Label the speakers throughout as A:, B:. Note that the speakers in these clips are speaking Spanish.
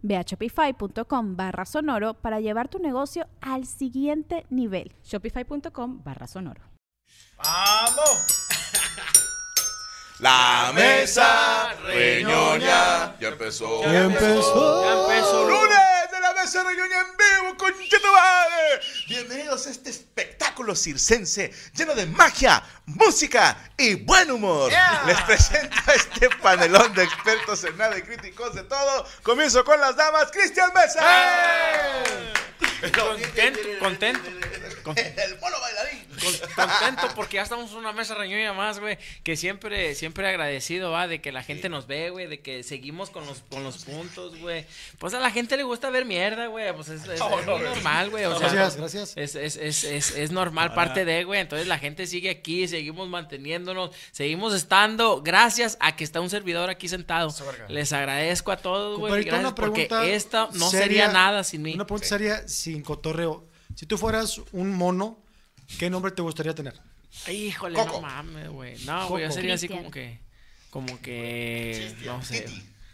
A: Ve a shopify.com barra sonoro para llevar tu negocio al siguiente nivel.
B: Shopify.com barra sonoro.
C: ¡Vamos!
D: La mesa reñoña ya empezó.
C: Ya empezó. Ya empezó.
D: Lunes de la mesa reñoña en vivo, conchetumare. Bienvenidos a este espectáculo circense lleno de magia, música y buen humor.
C: Yeah.
D: Les presento a este panelón de expertos en nada y críticos de todo. Comienzo con las damas, Cristian Mesa.
C: Contento, contento. Con-
D: El mono bailarín.
C: con- contento porque ya estamos en una mesa reñida más, güey. Que siempre, siempre agradecido, va, de que la gente nos ve, güey, de que seguimos con los, con los puntos, güey. Pues a la gente le gusta ver mierda, güey. Pues es, es- es muy normal, güey. o sea,
E: Gracias, gracias.
C: Es, es, es, es, es normal, parte de, güey. Entonces la gente sigue aquí, seguimos manteniéndonos, seguimos estando, gracias a que está un servidor aquí sentado. Les agradezco a todos, güey.
E: Compadrito,
C: Gracias
E: una
C: porque
E: pregunta
C: esta no
E: seria,
C: sería nada sin mí.
E: Una pregunta seria sin cotorreo. Si tú fueras un mono, ¿qué nombre te gustaría tener?
C: Híjole, no
D: Coco.
C: mames, güey. No,
E: Coco.
C: güey, yo sería así
A: Cristian.
C: como que. Como que. No sé.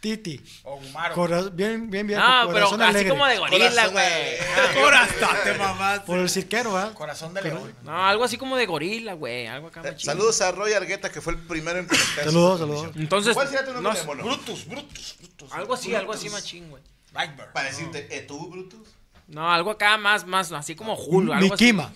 E: Titi.
D: O Gumaro.
E: Cora- bien, bien, bien.
C: No,
E: con
C: pero
E: corazón
C: así
E: alegre.
C: como de gorila,
D: Corazón
C: güey. Ah,
D: alegre.
E: Por el cirquero, ¿va?
D: Corazón de león.
C: No, algo así como de gorila, güey. Algo acá
D: Eh,
C: más chido.
D: Saludos a Roy Argueta, que fue el primero en conectarse.
E: Saludos,
D: a la
E: saludos.
D: transmisión.
C: Entonces.
D: ¿Cuál sería tu nombre
C: no
D: de
C: sé,
D: mono?
F: Brutus, Brutus, Brutus.
C: Algo así, algo así machín, güey.
D: Para decirte, ¿eh, tú, Brutus?
C: No, algo acá más, más, así como Julio. algo así.
E: Mikima.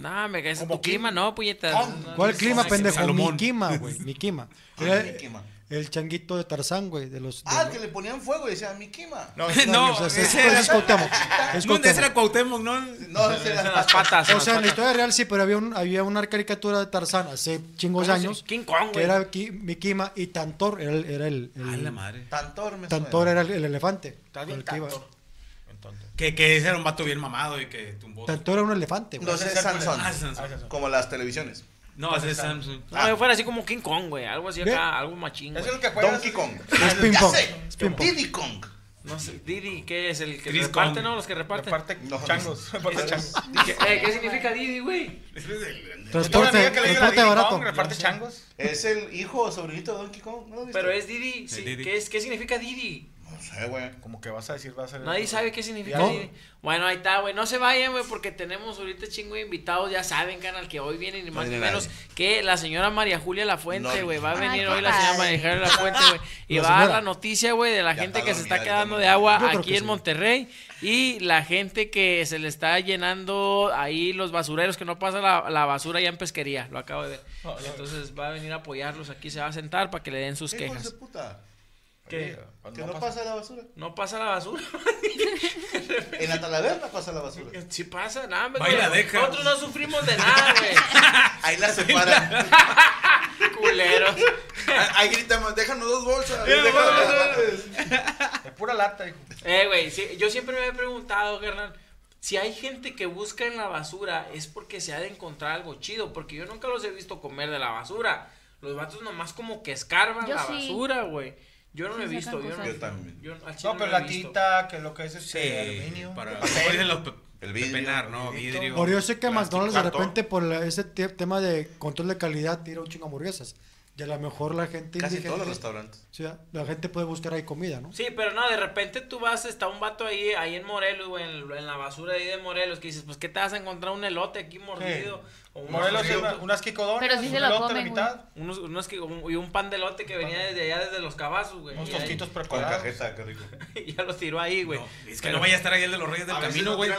C: No, me es tu clima, no, puñeta. No,
E: ¿Cuál
C: no,
E: clima,
C: no,
E: pendejo?
F: Salomón.
E: Mikima, güey. Mikima.
D: Ah,
E: Era
D: Mikima.
E: el changuito de Tarzán, güey. De los. de-
D: Ah, que le ponían fuego y decían, mi quima. No,
F: No,
E: o sea,
F: ese
E: es,
F: era-
E: es Cuauhtémoc. Es
F: No, ese
E: Cuauhtémoc.
F: era Cuauhtémoc, ¿no?
D: no, se
C: En
D: las
C: las patas. en
E: O
C: las
E: sea, en la
C: patas.
E: historia real sí, pero había, un, había una caricatura de Tarzán hace chingos
C: ¿Cómo se-
E: años.
C: King Kong,
E: Que
C: güey.
E: era Ki- Mikima y Tantor era el. Era el, el-
F: A la madre.
D: Tantor me
E: Tantor
D: suena.
E: era el, el elefante.
D: Ah, Está
E: con
D: bien,
E: el que iba.
D: Tantor.
F: Que, que ese era un vato bien mamado y que tumbó.
E: Tantor era un elefante, güey.
D: No sé, Sansón.
F: Ah, Sansón.
D: Como las televisiones.
F: No, ese es Samsung.
C: No, yo fuera así como King Kong, güey. Algo así
E: Ve.
C: acá, algo machín. güey.
D: Donkey Kong.
E: Es ping pong.
D: Ya sé.
E: Es ping pong.
D: Diddy Kong.
C: No sé, Didi, ¿qué es? ¿El que
F: Chris
C: reparte,
F: Kong.
C: no? Los que reparten.
D: No.
C: ¿Qué, eh, ¿qué significa Didi, güey?
E: Transporte, transporte barato.
F: changos.
D: Es el hijo o sobrinito de Donkey Kong. ¿No lo viste?
C: Pero es Didi.
F: Sí,
C: sí.
F: Didi.
C: ¿Qué, es, ¿Qué significa Didi?
D: No sé, güey.
G: Como que vas a decir, vas a
C: Nadie sabe qué significa
E: ¿No?
C: Didi. Bueno, ahí está, güey. No se vayan, güey, porque tenemos ahorita chingo de invitados. Ya saben, canal, que hoy vienen ni más ni
D: viene
C: menos que la señora María Julia La Fuente,
D: No.
C: güey. Va a
A: Ay,
C: venir
A: qué
C: hoy la señora
A: padre.
C: María Julia La Fuente, güey. Y
E: La
C: va a dar
E: señora.
C: la noticia, güey, de la
D: Ya
C: gente
D: está
C: que se
D: dormida
C: está
D: ahí
C: quedando de
D: también.
C: agua
E: Yo creo
C: aquí
E: que
C: en
E: sí.
C: Monterrey. Y la gente que se le está llenando ahí los basureros, que no pasa la, la basura ya en pesquería. Lo acabo de ver.
E: Oh,
C: Entonces va a venir a apoyarlos aquí. Se va a sentar para que le den sus
D: Hijos de
C: quejas.
D: puta.
C: ¿Qué?
D: Que no pasa la basura.
C: No pasa la basura.
D: En la talaverna pasa la basura.
C: Si Pues, pasa, nada, hombre,
F: Baila,
C: güey.
F: deja.
C: Nosotros no sufrimos de nada,
D: Ahí la separan.
C: güey. Culeros.
D: Ahí gritamos, déjanos dos bolsas.
G: De pura lata, hijo.
C: Eh, güey, sí, yo siempre me he preguntado, carnal, si hay gente que busca en la basura es porque se ha de encontrar algo chido, porque yo nunca los he visto comer de la basura. Los vatos nomás como que escarban
A: Yo
C: la
A: sí.
C: basura, güey. Yo no lo he
A: Sí,
C: visto,
A: sacan
C: yo no.
D: cosas. Yo también.
C: yo al chile
G: No, pero
C: lo he
G: la
C: visto.
G: tinta, que lo que es este
F: Sí,
G: aluminio.
F: para.
G: papel.
F: ¿Cómo dicen los pe-
D: El vidrio.
F: pepenar, no? Vidrio.
E: Por yo sé que McDonald's de
F: cartón.
E: repente por la- ese te- tema de control de calidad tira un chingo de hamburguesas. Y a lo mejor la gente
D: Casi en
E: indigente-
D: todos los restaurantes.
E: Sí, ah, la gente puede buscar ahí comida, ¿no?
C: Sí, pero no, de repente tú vas, está un vato ahí, ahí en Morelos, güey, en, en la basura ahí de Morelos, que dices, pues, ¿qué te vas a encontrar? Un elote aquí mordido. O un
G: Morelos,
C: mordido.
G: una- unas kikodonas.
H: Pero sí
G: un
H: se lo
G: elote a la
H: comen,
G: mitad,
C: Unos, unos que, un, y un pan de lote que venía desde allá, desde los cabazos, güey.
G: Unos
C: y ahí-
G: tostitos
D: Con
G: preparados.
D: cajeta, qué rico.
C: Y ya los tiró ahí, güey.
F: No, es que no vaya a estar ahí el de los Reyes del Camino, güey.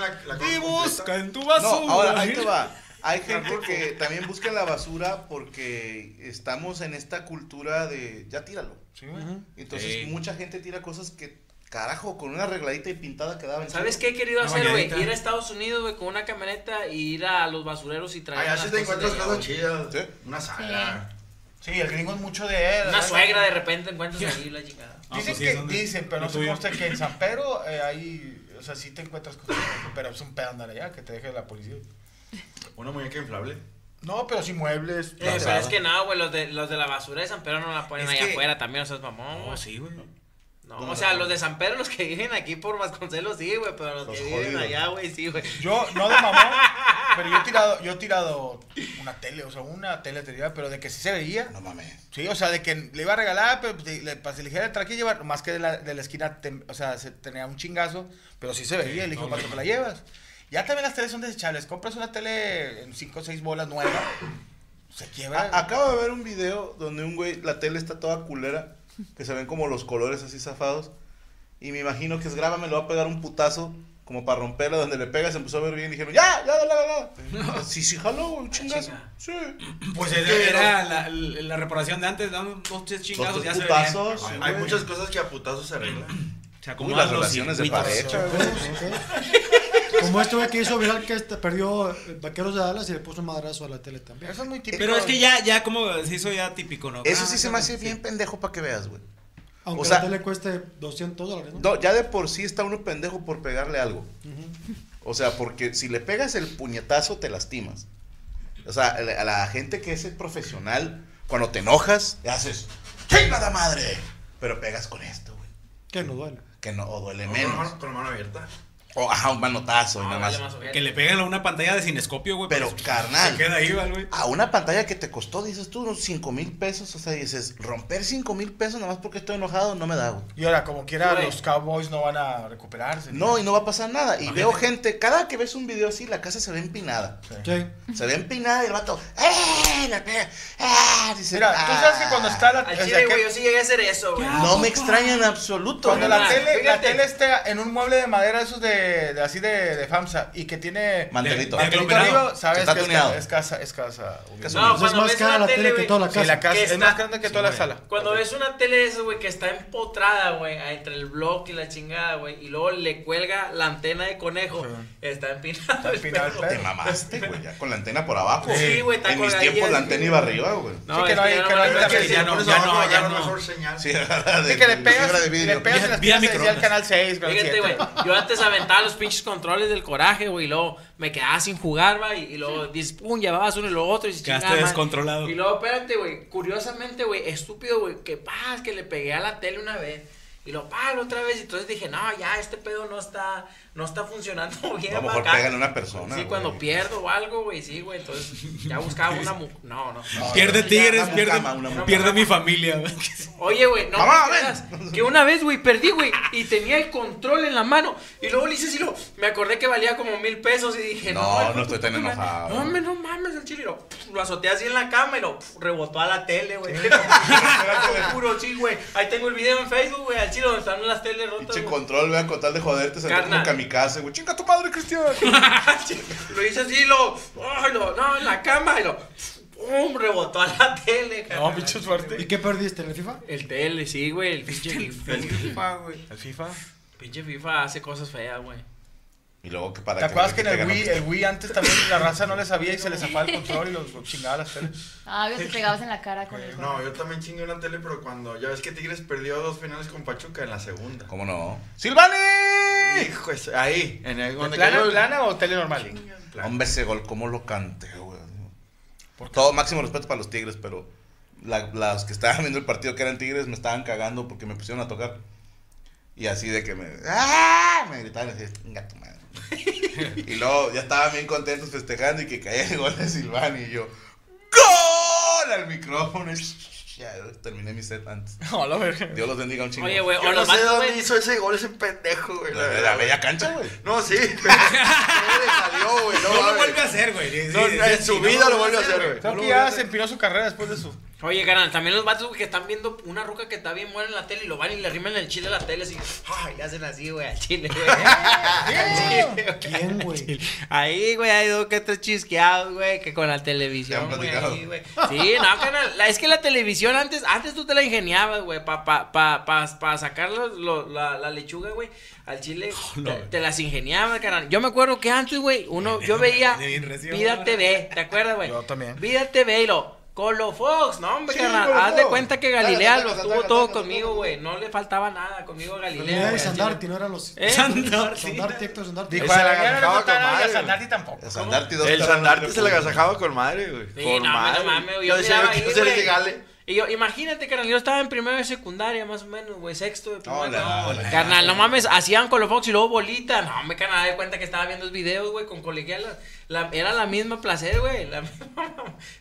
G: Y busca en tu vaso.
D: No, ahora ahí te va. Hay gente que también busca en la basura porque estamos en esta cultura de ya tíralo.
G: Sí, güey.
D: Entonces
F: Sí.
D: mucha gente tira cosas que, carajo, con una regladita y pintada quedaban. chidas.
C: ¿Sabes qué he querido
F: Una
C: hacer, güey?
F: bañadita.
C: Ir a Estados Unidos, güey, con una camioneta y ir a los basureros y traer.
H: Allá
C: unas
H: sí te
C: cosas
H: encuentras
C: de-
H: cosas chidas.
D: Sí.
H: Una sala.
G: Sí, el gringo es mucho de él.
C: Una suegra de repente encuentras ahí la chingada. Eh,
F: Ah,
G: Dicen
F: pues sí,
G: que,
F: es donde-
G: dicen, pero no
F: lo
G: se
F: tuyo.
G: consta que en San Pedro eh, hay, o sea, sí te encuentras cosas, pero es un pedo andar allá, que te deje la policía.
H: Una muñeca inflable.
G: No, pero sí muebles.
C: Eh, pero
G: todo.
C: es que no, güey, los de, los de la basura de San Pedro no la ponen
F: Es
C: allá
F: que-
C: afuera también, o sea, es mamón.
F: No,
C: güey.
F: sí, güey.
C: No, o sea, los de San Pedro, los que viven aquí por Vasconcelos, sí, güey, pero los,
H: Los
C: que viven
H: jodidos.
C: allá, güey, sí, güey.
G: Yo, no de mamón, pero yo he tirado, yo he tirado una tele, o sea, una tele te diría, pero de que sí se veía.
D: No mames.
G: Sí, o sea, de que le iba a regalar, pero pues, de- le, para que le dijera, "Tra, aquí llevar, más que de la, de la esquina, tem- o sea, se tenía un chingazo, pero sí se veía, le dije,
F: no, no.
G: ¿para qué me la llevas? Ya también las teles son desechables, compras una tele en 5 o 6 bolas nueva, se quiebra.
D: A- acabo de ver un video donde un güey, la tele está toda culera, que se ven como los colores así zafados. Y me imagino que es grábame, le va a pegar un putazo, como para romperla, donde le pegas, empezó a ver bien y dijeron, ya, ya, ya, ya, ya. Sí, sí, jaló, güey, un chingazo.
C: chinga.
D: Sí.
F: Pues era, era la, la reparación de antes, daban dos, tres chingazos,
D: Dos,
F: ya
D: tres
F: se
D: putazos,
F: veían.
D: sí,
H: Hay
D: güey.
H: muchas cosas que a putazos se arreglan.
F: Se
D: Uy,
F: acomodan
D: las
F: los
D: relaciones de
F: circuitos.
D: pareja. güey.
E: Como este güey que hizo viral que este perdió eh, Vaqueros de Dallas y le puso un madrazo a la tele también.
G: Eso es muy típico.
F: Pero es que ya, ya como se hizo ya típico, ¿no?
D: Eso
F: Ah,
D: sí se me
F: claro,
D: hace bien pendejo para que veas, güey.
E: Aunque
D: o sea-
E: la tele cueste 200 dólares, ¿no?
D: No, ya de por sí está uno pendejo por pegarle algo. O sea, porque si le pegas el puñetazo te lastimas. O sea, a la- a la gente que es el profesional, cuando te enojas, le haces ¡Chingada madre! Pero pegas con esto, güey.
E: Que no duele.
D: Que no, o duele
H: Con la
D: menos.
H: mano- Con la mano abierta.
D: O ajá, un manotazo y
C: No,
D: nada
C: vale
D: más.
C: más ojete.
F: Que le peguen a una pantalla de cinescopio, güey.
D: Pero,
F: pues,
D: carnal. Ah,
F: Se queda ahí, ¿vale, güey.
D: A una pantalla que te costó, dices tú, unos 5 mil pesos. O sea, dices, romper 5 mil pesos nada más porque estoy enojado, no me da, güey.
G: Y ahora, como quiera,
C: Güey.
G: los Cowboys no van a recuperarse.
D: No, y no va a pasar nada. Y
F: Imagínate.
D: veo gente, cada que ves un video así, la casa se ve empinada.
E: Sí.
D: Se ve empinada y el vato, ¡eh! La pega, ¡ah! Dice,
G: Mira, tú sabes que
D: Ah,
G: cuando está la,
C: Al
G: o sea,
C: chile,
G: que-
C: güey, yo sí llegué a hacer eso, güey.
D: No me extraña en absoluto.
G: Cuando
D: güey.
G: la tele, la
C: Fíjate.
G: tele está en un mueble de madera, esos de, de así de, de FAMSA, y que tiene
D: Mantelito.
F: De- de-
G: mantelito
F: aglomerado.
G: arriba,
D: Que
G: sabes
D: está
G: que es,
D: tuneado.
G: ca- es casa, es casa.
C: No,
G: obviamente.
E: Pues es
C: cuando
E: más
C: ves
E: cara
C: una
E: la tele
C: tele,
E: que
C: güey,
E: toda la
G: Sí,
E: casa.
G: la casa
C: que
G: es
C: está-
G: más grande que
F: sí,
G: toda la
F: güey.
G: sala.
C: Cuando ves una tele de esas, güey, que está empotrada, güey, entre el bloque y la chingada, güey, y luego le cuelga la antena de conejo, está empinado.
G: Está
C: el
G: empinado el
C: perro.
G: perro.
D: Te mamaste, güey, ya con la antena por abajo.
C: Sí, güey, está
D: En mis
C: colgadilla,
D: tiempos la
C: sí,
D: antena
C: güey.
D: iba arriba, güey.
C: No,
G: Sí, que
C: es
G: no hay- que no hay-
C: me
F: Es que
C: acuerdo.
F: ya no, ya no, ya no.
H: mejor señal.
D: Sí, era de,
G: Sí, que le
D: de
G: pegas,
D: fibra de
G: le
D: vidrio.
G: pegas en las
F: Vía
G: piernas y decía el
F: microondas.
G: canal 6, canal
C: Fíjate,
G: 7.
C: güey, yo antes aventaba los pinches controles del coraje, güey, y luego me quedaba sin jugar, va, y, y luego dices, pum, llevabas uno y lo otro, y dices,
F: Quedaste
C: chingada madre.
F: descontrolado.
C: Y luego, espérate, güey, curiosamente, güey, estúpido, güey, que paz, que le pegué a la tele una vez, y lo paro otra vez, y entonces dije, no, ya, este pedo no está, no está funcionando bien,
D: No,
C: va,
D: mejor
C: acá".
D: pégale a una persona,
C: Sí,
D: güey.
C: cuando pierdo o algo, güey, sí, güey, entonces ya buscaba una mu... No, no.
F: Pierde
C: Ya,
F: Tigres,
D: una
F: pierde,
D: mucama, una mucama.
F: pierde mi familia, güey.
C: Oye, güey, no
D: Mamá,
C: me creas, que una vez, güey, perdí, güey, y tenía el control en la mano, y luego le hice así, lo, me acordé que valía como mil pesos, y dije,
D: No,
C: no,
D: no estoy tan
C: puta madre,
D: enojado.
C: No, hombre, no mames, el chile, y lo, lo azoté así en la cama, y lo pf, rebotó a la tele, güey, Te lo juro, sí, güey, ahí tengo el video en Facebook, güey, al chile donde están las teles rotas,
D: Pinche
C: güey.
D: control, vea, con tal de joderte, se como
C: Carnal.
D: kamikaze, güey. Chinga tu madre, Cristian.
C: lo hice así, lo, ay, lo, no, en la cama, y lo, pum, rebotó a la tele,
G: No,
C: carnal.
G: pinche
E: ¿Y
G: suerte.
E: qué perdiste en el FIFA?
C: El tele, sí, güey, el pinche,
F: FIFA, güey.
G: ¿El FIFA?
C: pinche FIFA hace cosas feas, güey.
D: Y luego que para
G: ¿Te acuerdas que en
D: te
G: el
D: ganó-
G: Wii, el Wii antes también la raza no le sabía y se le zafaba el control y los chingaba las teles?
I: Ah, yo te pegabas en la cara con el
H: No, yo también chingué una tele, pero cuando ya ves que Tigres perdió dos finales con Pachuca en la segunda.
D: ¿Cómo no? ¡Silvani!
H: Hijo, es- ahí, en el donde
G: ¿Plana,
H: cayó el-
G: plana o tele normal?
H: Plana.
D: Hombre, ese gol, ¿cómo lo canté, güey? Por todo máximo respeto para los Tigres, pero la- las que estaban viendo el partido que eran Tigres me estaban cagando porque me pusieron a tocar. Y así de que me. ¡Ah! Me gritaban así, "Chinga tu madre. y luego ya estaban bien contentos festejando y que caía el gol de Silván y yo. ¡Gol! Al micrófono. y Ya, terminé mi set antes.
G: No, la verga.
D: Dios los bendiga un chingo.
C: Oye, güey, o
H: Yo no
C: los
H: sé
C: vatos,
H: dónde
C: güey,
H: hizo ese gol ese pendejo, güey.
D: La, la bella cancha, güey.
H: No, sí. güey. ¿Cómo le salió, güey? No,
F: No lo
H: mames.
F: vuelve a hacer, güey. Sí,
H: No,
F: sí,
H: en
F: sí,
H: su
F: no
H: vida lo vuelve
F: vuelve
H: a hacer,
F: güey.
H: güey.
G: Creo
H: No lo
G: que
H: voy a
G: ya
H: hacer.
G: se empinó su carrera después de eso.
C: Oye, carnal, también los vatos, güey, que están viendo una ruca que está bien buena en la tele y lo van y le riman el chile a la tele así. Ay, le hacen así, güey, al chile, güey. Al chile, güey.
E: ¿Quién, güey?
C: Ahí, güey, hay dos que tres chisqueados, güey, que con la televisión,
D: Te han
C: güey,
D: platicado.
C: ahí, güey. Sí, no, carnal, la- es que la televisión antes, antes tú te la ingeniabas, güey, para pa, pa, pa, pa sacar los- lo- la, la lechuga, güey, al chile, te, te las ingeniabas, carnal. Yo me acuerdo que antes, güey, uno, yo veía
G: De bien recio.
C: Vida TV, ¿te acuerdas, güey?
G: Yo también.
C: Vida TV y lo... Colo Fox, no hombre,
D: Sí,
C: carnal,
D: Colo
C: haz de
D: Fox.
C: cuenta que
D: Taca,
C: Galilea
D: taca,
C: lo
D: taca,
C: tuvo
D: taca,
C: todo
D: taca,
C: conmigo,
D: taca.
C: güey, no le faltaba nada conmigo Galilea.
E: Era de
C: güey, al chile.
E: Sandarti, no eran los.
C: ¿Eh?
F: Sandarti.
E: Sandarti, Héctor Sandarti.
G: Dijo,
H: Ese
G: a la
H: "Ah, la
G: guerra no
H: agarraba
G: falta
H: con
G: nada y a
H: madre.
G: Sandarti tampoco.
D: El Sandarte y dos
H: El
D: cabrones
H: Sandarte
D: de
H: se la
D: polvo.
H: agasajaba con madre, güey.
C: Sí,
H: con
C: no,
H: madre.
C: no mames, güey,
H: Yo
C: yo
H: decía,
C: miraba
H: "Yo
C: ahí,
H: quiero ser
C: güey".
H: legal.
C: Y yo, imagínate, carnal, yo estaba en primero de secundaria, más o menos, güey, sexto de primaria.
D: Hola, hola.
C: Carnal, no mames, hacían con los Fox y luego bolita. No, me carnal, de cuenta que estaba viendo los videos, güey, con colegialas. La- era la misma placer, güey. la misma-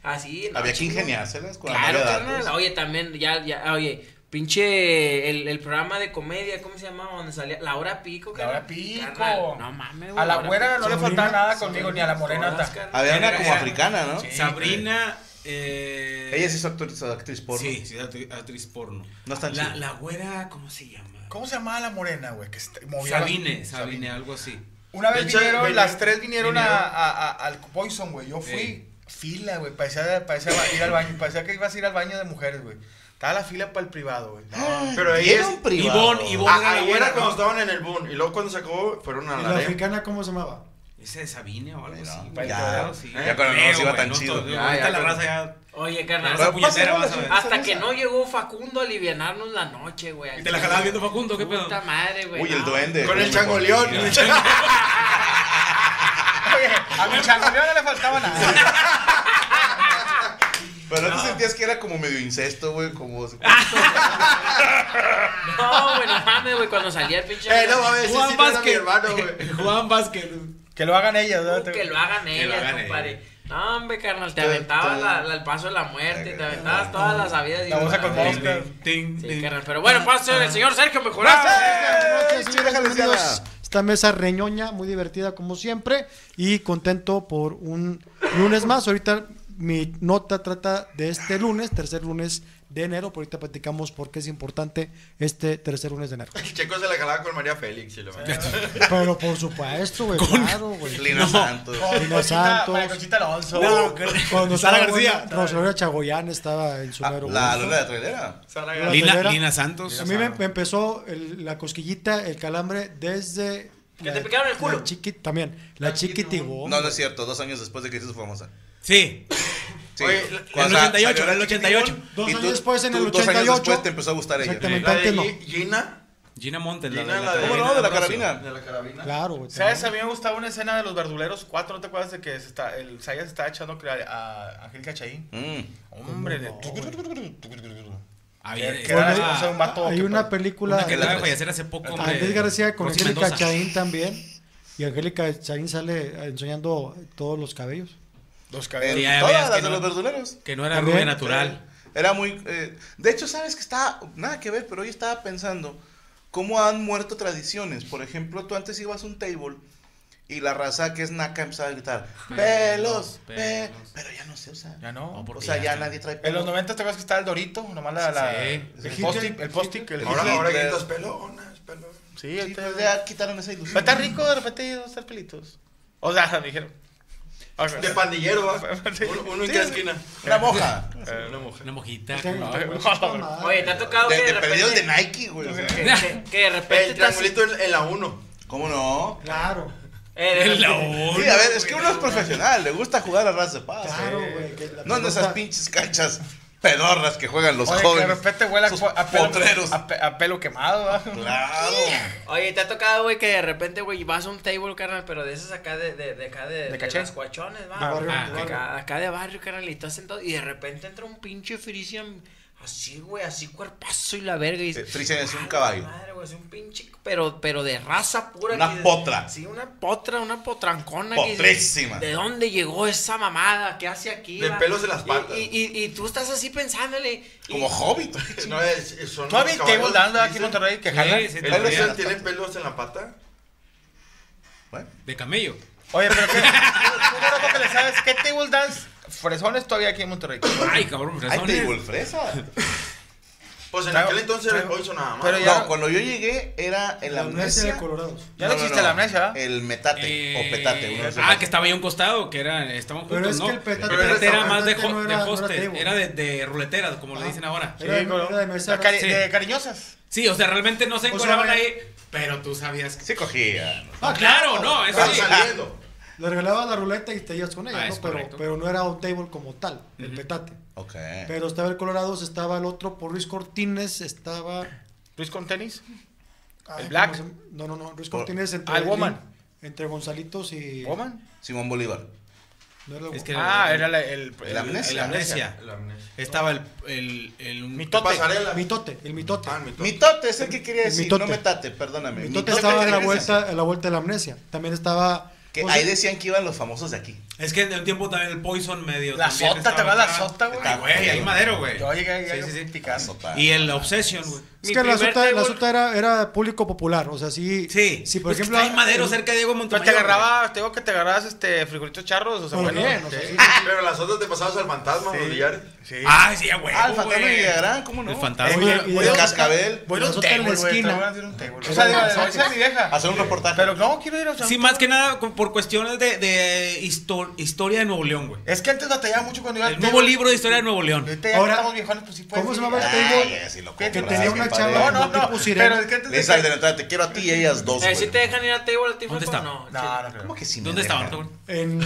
C: Así.
H: Ah,
C: no,
D: Había que
C: chido.
D: ingeniárselas con la
C: Claro,
D: variedad,
C: carnal.
D: pues.
C: Oye, también, ya, ya, oye, pinche el, el programa de comedia, ¿cómo se llamaba? Donde salía La Hora Pico,
G: La
C: carnal.
G: hora pico.
C: Carnal, no mames, güey.
G: A la
C: Hora
G: güera
C: Pico.
G: no le faltaba nada conmigo, ni a la morenata.
C: Todas, carnal.
D: Había una
F: Era-
D: como
F: era-
D: africana, ¿no?
F: Sabrina. eh,
D: Ella sí es actriz, actriz porno. Ah,
F: Sí, sí, actriz, actriz porno.
D: No es tan
F: la,
D: chida.
F: la güera, ¿cómo se llama?
G: ¿Cómo se llamaba la morena, güey? Que este- movía las-
F: Sabine, Sabine, algo así.
G: Una
F: De
G: vez
F: hecho,
G: vinieron,
F: venía-
G: las tres vinieron, A, a- a- al Poison, güey. Yo fui
F: Ey.
G: fila, güey. Parecía, parecía ba- ir al baño. Parecía que ibas a ir al baño de mujeres, güey. Estaba la fila para el privado, güey. No,
H: Pero ahí
D: Era
H: es.
D: un privado.
F: Ivonne, Ivonne.
H: Ah,
F: era la
H: ahí
F: buena,
H: era cuando
F: ¿no?
H: estaban en el boom. Y luego cuando se acabó, fueron a
G: "Ah,
E: ¿Y
H: la
E: la
H: arena.
E: africana cómo se llamaba?
F: Ese de Sabine o algo
D: Pero,
F: así.
D: ya,
F: güey, sí.
D: ya cuando no
F: Feo,
D: nos iba
F: güey,
D: tan
F: no,
D: chido.
F: todo-
H: Ya,
F: ahorita
H: ya,
F: la
H: pero-
F: raza ya.
C: Oye,
F: La
C: carnal.
F: raza
D: Pero
F: puñetera,
D: pásale,
F: vas a ver.
D: la-
C: Hasta que no llegó Facundo a alivianarnos la noche, güey.
F: Y te la jalabas viendo Facundo, ¿qué pedo?
C: Puta madre, güey.
D: Uy, el
C: no.
D: duende.
H: Con el
D: Era mejor.
H: changoleón.
D: Mira.
G: Oye, a mi changoleón no le faltaba nada.
D: Pero no te sentías que era como medio incesto, güey. Como.
C: No, güey, no mames, güey. Cuando salía el pinche.
H: Eh, no mames, ese sí
F: Juan
H: no era mi
F: Vázquez.
H: hermano, güey.
F: Juan Vázquez.
G: Que lo hagan ellas,
C: Uh,
G: ¿no?
C: que lo hagan
F: Que lo
C: ellas,
F: hagan
C: compadre.
F: ellas.
C: No, hombre, carnal, te
D: Tú-
C: aventabas
D: tú-
C: la, la- el paso de la muerte, te aventabas todas las habidas. y
G: La bolsa
C: por
G: con
C: haber.
G: mosca.
F: Ting,
C: Sí,
F: ting.
C: carnal, pero bueno, paso el señor Sergio Mejorado.
E: Buenas noches,
D: Chile,
E: bienvenidos
D: Jalisciana.
E: a Esta mesa reñoña, muy divertida como siempre y contento por un lunes más. Ahorita mi nota trata de este lunes, tercer lunes de enero, pero ahorita platicamos por qué es importante este tercer lunes de enero.
H: El Checo se la jalaba con María Félix. y lo-
E: Pero por supuesto, güey, claro, güey.
D: Lina Santos. Ah,
G: Con
E: Lino
G: Conchita-
E: Santos.
G: María Conchita Alonso.
E: Cuando estaba
F: Sara García.
E: buena, Rosario Chagoyán estaba en su
D: Ah,
E: mero
D: La
E: gusto.
D: luna de trailera.
H: Sara
E: Lina-
F: Lina,
E: Lina-
F: Lina Santos.
E: A mí me, me empezó el- la cosquillita, el calambre desde.
C: Que
E: la-
C: te picaron el culo.
E: La chiqui, también. La, chiquitigón.
D: No, no es cierto. Dos años después de que se hizo famosa.
F: Sí.
D: Sí.
H: Oye, la-
F: En el
D: Cuando sa-
F: 88,
D: salió
F: en el
D: la
F: 88.
E: Dos
D: Y
E: años
D: tú-
E: después, en
D: tú
E: el
D: dos años
E: 88.
D: después te empezó a gustar ella.
E: Exactamente.
H: La de
E: no.
H: Gi- Gina.
F: Gina Montes. la
H: Gina,
F: de-
H: la de.
D: ¿Cómo no? De la
H: Ambrosio.
D: carabina.
H: De la carabina.
E: Claro, güey.
G: ¿Sabes? A
E: también.
G: mí me gustaba una escena de los verduleros 4, ¿no te acuerdas de que se está, el Sayas estaba echando cre- a Angélica Chaín?
D: Mm.
G: Hombre, de...
F: Ah, bien,
G: Que- que
F: estaba-
G: era la esposa de un vato
E: Hay
G: que-
E: una película.
F: Una que
D: la-
F: acaba de fallecer hace poco. hombre.
E: Andrés García con
F: Rosy
E: Angélica
F: Mendoza.
E: Chaín también. Y Angélica Chaín sale enseñando todos los cabellos.
G: Dos
D: En
G: cabezas.
F: Sí, ya veías
D: Todas
F: que
D: las de
F: no-
D: los verduleros.
F: Que no era
E: También.
F: rubia natural.
D: Era muy. eh, de hecho, sabes que estaba. Nada que ver, pero hoy estaba pensando cómo han muerto tradiciones. Por ejemplo, tú antes ibas a un table y la raza que es naca empezaba a gritar: pelos,
F: Pelos,
D: pe-".
F: pelos.
D: Pero ya no se usa.
G: Ya no.
F: No, porque
D: o sea, ya,
F: ya-
D: nadie trae
G: En los
D: pelos.
G: 90 te acuerdas que estaba el Dorito, nomás la, la-
F: Sí.
G: el post-it, el post-it, el
D: Ahora-
G: post-it.
D: ahora gritas,
H: gritas pelonas, pelonas.
G: Sí,
D: Sí,
G: ahorita-
D: pues ya quitaron esa
G: Pero
D: ilusión.
G: está rico de repente dos tres pelitos. O sea, me dijeron. Ok.
H: De pandillero, ¿va?
G: Sí.
H: Uno, uno en cada esquina.
D: Una moja.
G: Eh,
H: Una mujer.
F: Una mojita.
E: Ah.
C: Oye, ¿te ha
H: Ah,
C: tocado
D: De,
C: que de
D: de perdido el de
C: repente.
D: Nike, güey. o sea.
C: Que, que- que de repente.
H: El
C: estás-
H: triangulito en, en la 1.
D: ¿Cómo no?
E: Claro,
C: Eh, de
F: El
C: repente-
F: laúd.
D: Sí, a ver, es que uno es profesional, le gusta jugar a ras de paz.
E: claro,
D: eh.
E: güey. que la
D: No en
E: pelota-
D: esas pinches canchas pedorras que juegan los
G: Oye, que de
D: jóvenes.
G: repente huele a,
D: Sus
G: a pelo,
D: potreros.
G: a pe- a pelo quemado. ¿va?
D: Claro.
C: Oye, te ha tocado, güey, que de repente, güey, vas a un table, carnal, pero de esas acá de, de, de acá de,
G: ¿De
C: de,
G: caché?
C: las cuachones, va.
E: De barrio,
C: Ah,
E: de barrio.
C: acá, acá de barrio, carnal, y estás sentado, y de repente entra un pinche Frisian así, güey, así cuerpazo y la verga. Y dices,
D: Eh, Frisian es un caballo.
C: Madre, güey, es un pinche, pero, pero de raza pura.
D: Una
C: que dices,
D: potra.
C: Sí, una potra, una potrancona. que dices,
D: Potrísima.
C: ¿De dónde llegó esa mamada? ¿Qué hace aquí?
H: De
C: va?"
H: pelos en las
C: Y-
H: patas.
C: Y, y- y tú estás así pensándole. y-
D: Como hobbit.
H: No, es, es- son
G: ¿Tú habías
H: los
G: table
H: caballos,
G: dance aquí en
H: dicen.
G: Monterrey que
F: Sí,
G: jalan?
F: sí,
H: ¿Ellos
F: todavía.
H: tienen- tienen pelos en la pata?
D: Bueno,
F: De camello.
G: Oye, pero qué, tú no lo que le sabes, ¿qué table dance fresones todavía aquí en Monterrey.
F: Ay, cabrón,
D: Ahí te digo,
F: fresones.
D: el fresa.
H: Pues en
G: Traigo-
H: aquel entonces era
G: traigo-
H: Hoyson nada más.
G: pero ya-
D: No, cuando yo llegué era el
E: La amnesia
D: amnesia.
E: de Colorado.
G: Ya no existe la amnesia, ¿verdad?
D: El metate
F: Eh,
D: o petate. uno de esos
F: ah,
D: dos.
F: que estaba ahí a un costado, que era, estaban juntos,
E: Pero es
F: ¿no?
E: que el petate
F: El petate era
E: restaurante
F: más de, ho-
E: no era-
F: de
E: no era
F: hostel,
E: table.
F: era de, de ruleteras, como le dicen ahora.
E: Era de, era de mesa.
G: La cari-
F: Sí.
G: de cariñosas.
F: Sí, o sea, realmente no se
E: sea,
F: encueraban
E: vaya-
F: ahí, pero tú sabías que...
D: Sí cogía.
E: Ah,
F: Claro, no, eso
H: Estaba
F: sí.
G: ah,
H: saliendo.
E: Le regalabas la ruleta y te ibas con ella,
F: Ah,
E: ¿no?
F: es
E: Pero,
F: correcto.
E: pero no era un table como tal, el petate.
D: Ok.
E: Pero estaba el Colorado, estaba el otro por Luis Cortines, estaba.
G: Luis con tenis.
E: ay,
G: ¿El Black?
E: ¿cómo se- No, no, no. Luis
D: Por-
E: Cortines entre.
G: Ah, el Woman.
E: Entre Gonzalitos y.
G: Woman.
D: Simón Bolívar.
E: No era el
F: Es
E: Woman.
F: que
G: Ah, era la- el, el,
D: El amnesia.
F: el amnesia.
H: La amnesia.
F: Estaba el... el, el un-
G: Mitote.
H: Pasarela.
E: Mitote, el mitote.
H: Ah, mitote.
D: Mitote es el que quería
E: El
D: decir.
E: mitote.
D: No metate, perdóname.
E: el mitote estaba a la, Pues
D: regresa.
E: vuelta, a la vuelta de la amnesia. También estaba.
D: Que
E: o sea,
D: ahí decían que iban los famosos de aquí.
F: Es que en un tiempo también el Poison medio.
G: La
F: también
G: sota, ¿te
F: estaba
G: vas a la
F: acá.
G: sota, güey?
F: Ay, güey, ahí madero, güey.
G: Yo llegué ahí
F: Sí,
D: Ah,
F: sí, sí.
G: picando.
D: Sota.
F: Y el Obsession, güey.
E: Es
C: Mi
E: que la
C: primer
E: sota, la
C: table-
E: sota era, era público popular. O sea, sí.
F: Sí.
E: Sí, por
F: Es que
E: ejemplo.
F: está en madero
E: el-
F: cerca de Diego
G: Pero
F: Montemayor.
G: te agarrabas, te digo que te agarrabas este frijolitos charros, o sea,
E: Muy
G: bueno,
E: bien, o
G: sí.
E: sea, sí.
H: Pero las otras te pasabas al fantasma o los billares.
G: Sí.
F: güey. Ah, sí, güey.
D: Ah, el fantasma de
F: güey.
D: Villagrán, ¿cómo no?
F: El fantasma.
E: Oye,
D: El
E: y de-
D: cascabel.
G: Voy a ir a un
E: Nosotros en
G: table,
E: la
G: güey,
E: esquina.
G: te voy a hacer un table. O sea, digo, de- voy a decir a mi vieja.
D: Hacer un reportaje.
G: Pero no, quiero ir a
F: Sí, más que nada con- por cuestiones de, de histo- historia de Nuevo León, güey.
G: Es que antes batallaba mucho
I: Ah,
G: cuando iba al
F: El nuevo
G: table.
F: libro de historia de Nuevo León.
G: Ahorita ya
E: Ahora,
G: estamos viejones, pues sí puedes
E: ¿cómo se
G: ir.
E: llama?
G: Ah,
E: tengo-
D: Ay, así lo
G: que
D: compras,
E: tenía una
D: compadre.
E: chava-
G: No,
E: Ahora,
G: no,
E: tipo
G: no.
E: sirena.
G: Pero es que antes
D: Le
G: de-
D: dices al de la entrada, te quiero a ti y ellas dos.
C: Eh,
D: Pues, güey.
C: ¿sí te dejan ir a table al
F: ¿Dónde
C: ¿Dónde
F: está?
C: No,
G: No, no, creo.
D: ¿Cómo que si me
F: ¿Dónde
D: dejan?
F: estaban? cabrón?
E: En.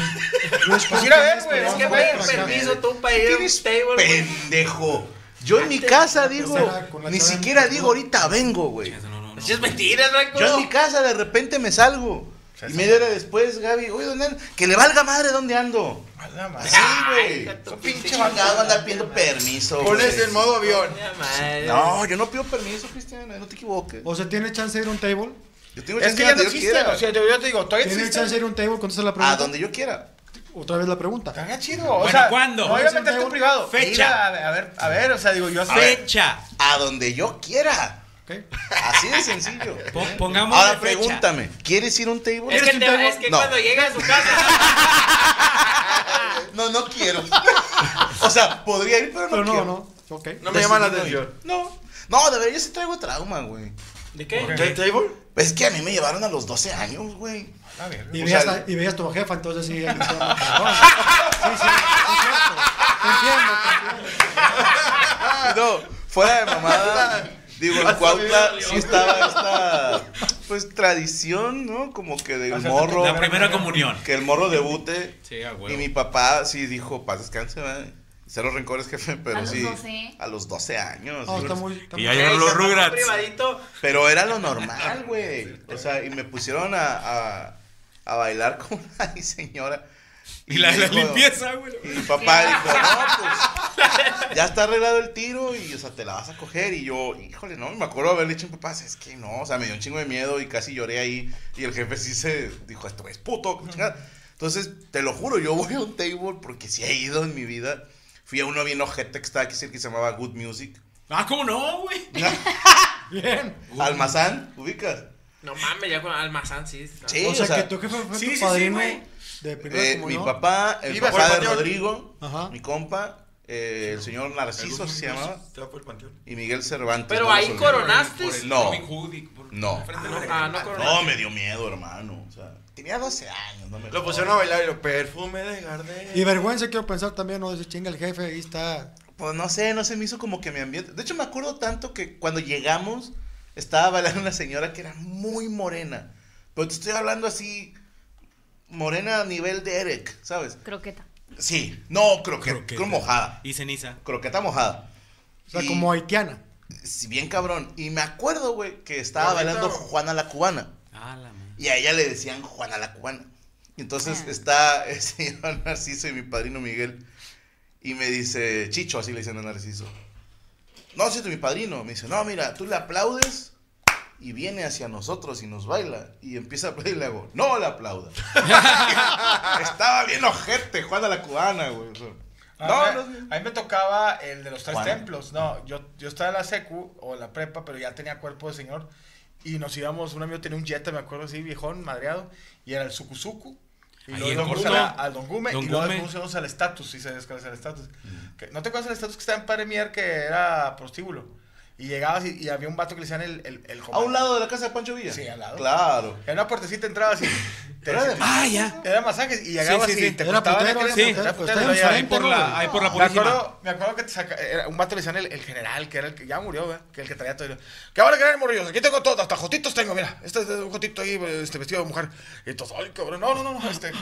E: Luis
G: Pues ir a ver,
E: Cortines,
G: güey,
E: pero
C: Es que
E: no
C: güey,
E: para acá.
C: permiso tú para ir a un
D: Eres
C: table, güey.
D: pendejo. Yo en mi casa digo,
E: Era con la
D: ni
E: chava en-
D: siquiera digo ahorita vengo, güey.
F: No, no, no.
C: Eso es mentira, Draco.
D: Yo en mi casa de repente me salgo. Y media hora después, Gaby, oye, ¿dónde andas? Que le valga madre dónde ando.
G: A la madre.
D: Sí, güey.
C: Ay, tu
D: Pinche
C: pinche
D: chingado
C: madre.
D: anda pidiendo permiso.
H: Pones
D: güey.
H: en modo avión.
C: Madre.
D: No, yo no pido permiso, Cristian, no te equivoques.
E: O sea, ¿tiene chance de ir a un table?
D: Yo tengo
G: Es
D: chance
G: que ya no
D: donde yo
G: existe.
D: quiera.
G: O sea, yo yo te digo, todavía
E: ¿Tiene chance de
G: existe.
E: ir a un table? Contesta la pregunta.
D: A donde yo quiera.
E: Otra vez la pregunta.
G: Está chido. O
F: Bueno,
G: sea,
F: ¿cuándo?
G: No voy a meterte en privado.
F: Fecha.
G: Mira, A ver, a ver, a ver, o sea, digo, yo sé.
F: Fecha.
D: A donde yo quiera.
E: ¿ok?
D: Así de sencillo.
F: Po- pongamos
D: Ahora
F: la fecha.
D: pregúntame, ¿quieres ir a un table?
C: Es que, te, es que
D: No.
C: cuando llega a su casa,
D: No, no quiero. o sea, podría ir, pero no
E: Pero no,
D: quiero.
E: no. Ok.
H: No me llama la
D: Decidí
H: atención.
D: ir. No. No, de verdad, yo sí traigo trauma, güey.
C: ¿de qué?
H: ¿Qué table?
D: Es que a mí me llevaron a los 12 años, güey.
G: A ver.
E: Y
D: O
E: veías,
D: sea,
E: a- y veías tu jefa, entonces sí. ya no estaba más cabrón. Sí, sí, es cierto. Te entiendo, te entiendo.
D: No, fuera de mamada. Digo, en
H: Ah. Hasta
D: Cuautla
H: me dolió.
D: sí estaba esta, pues, tradición, ¿no? Como que del morro,
F: La primera comunión.
D: que el morro debute.
F: Sí, a huevo.
D: Y mi papá sí dijo, paz, descanse, ¿verdad? Cero rencores, jefe, pero
I: ¿A los
D: sí.
I: 12?
D: A los 12 años.
E: No,
D: sí.
E: está muy. está
F: Y
E: muy-
F: ahí llegaron los Rugrats.
C: Privadito.
D: Pero era lo normal, güey. O sea, y me pusieron a, a, a bailar con una señora.
F: Y la,
D: me
F: la
D: dijo-
F: limpieza, güey.
D: Y mi papá dijo, no, pues ya está arreglado el tiro y, o sea, te la vas a coger. Y yo, híjole, no, me acuerdo haberle dicho a mi papá, es que no, o sea, me dio un chingo de miedo y casi lloré ahí. Y el jefe sí se dijo, esto es puto, chingada". Entonces, te lo juro, yo voy a un table porque sí he ido en mi vida. Fui a uno bien ojete que estaba aquí cerca que se llamaba Good Music.
F: Ah, ¿cómo no, güey?
E: Bien.
D: Almazán, ubicas.
C: No mames, ya con Almazán, sí. está.
D: Sí,
E: O sea, que tu jefe fue
F: sí, sí,
E: tu
F: sí,
E: padrino
F: güey.
E: de primera
D: Eh, mi
E: comunión.
D: papá, el
G: Iba
D: papá
G: por
D: de
G: el panteón.
D: Rodrigo,
E: Ajá.
D: mi compa, eh, el señor Narciso se llamaba,
H: Estaba por el panteón.
D: y Miguel Cervantes. no
C: Pero
D: los
C: ahí
D: olvido.
C: coronaste.
D: No.
F: Robin Hood y por-
D: No.
F: frente de la
C: Ah,
F: reja.
C: no coronaste.
D: No, me dio miedo, hermano. O sea, tenía 12 años. No me
H: Lo pusieron a bailar y lo perfume de Gardel.
E: Y vergüenza quiero pensar también, no, dice chinga el jefe, ahí está.
D: Pues no sé, no se me hizo como que mi ambiente. De hecho, me acuerdo tanto que cuando llegamos, estaba bailando una señora que era muy morena. Pero te estoy hablando así, morena a nivel de Eric, ¿sabes?
I: Croqueta.
D: Sí, no, croqueta,
F: Croqueta.
D: croqueta. mojada.
F: Y ceniza.
D: Croqueta mojada.
E: O sea,
D: Y-
E: como haitiana.
D: Sí, bien cabrón. Y me acuerdo, güey, que estaba
H: Bonita,
D: bailando
H: güey.
D: Juana la Cubana.
F: Ah, la madre.
D: Y a ella le decían Juana la Cubana. Y entonces está el señor Narciso y mi padrino Miguel. Y me dice, Chicho, así le dicen a Narciso. No, si es mi padrino. Me dice, no, mira, tú le aplaudes y viene hacia nosotros y nos baila. Y empieza a aplaudir y le hago, no le aplauda. Estaba bien ojete, Juana la Cubana, güey. O sea,
G: A,
D: No,
G: mí,
D: no,
G: a mí me tocaba el de los tres
D: ¿Cuál?
G: templos. No, yo, yo estaba en la secu o en la prepa, pero ya tenía cuerpo de señor. Y nos íbamos, un amigo tenía un jet, me acuerdo así, viejón, madreado. Y era el sukusuku. Y
F: Ahí
G: luego
F: en
G: Don
F: corto.
G: Gume, al Don Gume,
F: Don
G: y luego
F: Gume.
G: después nos al estatus, y se descansa el estatus. Que- ¿No te acuerdas del estatus que estaba en Premier que era prostíbulo? Y llegabas y, y había un vato que le decían el, el, el
D: A un lado de la casa de Pancho Villa.
G: Sí, al lado.
D: Claro.
G: En una puertecita entrabas y. te-
D: Era de-
F: Ah, ya.
G: Era masajes y llegabas
F: Sí, sí,
G: y
F: sí.
G: te
E: Era
G: cortaban
E: putero,
G: el
E: sí.
G: crema, era putero,
E: Estaba
G: y lo llevaban.
F: Ahí por la, ahí por la
G: Me
F: purísima.
G: acuerdo, me acuerdo que te saca- era un vato le decían el, el general, que era el que ya murió, ¿verdad? que el que traía todo. ¿Qué van a querer, morrillos? Aquí tengo todo, hasta jotitos tengo, mira. Este es un jotito ahí, este vestido de mujer. Y todos, ay, cabrón, no, no, no, no. Este.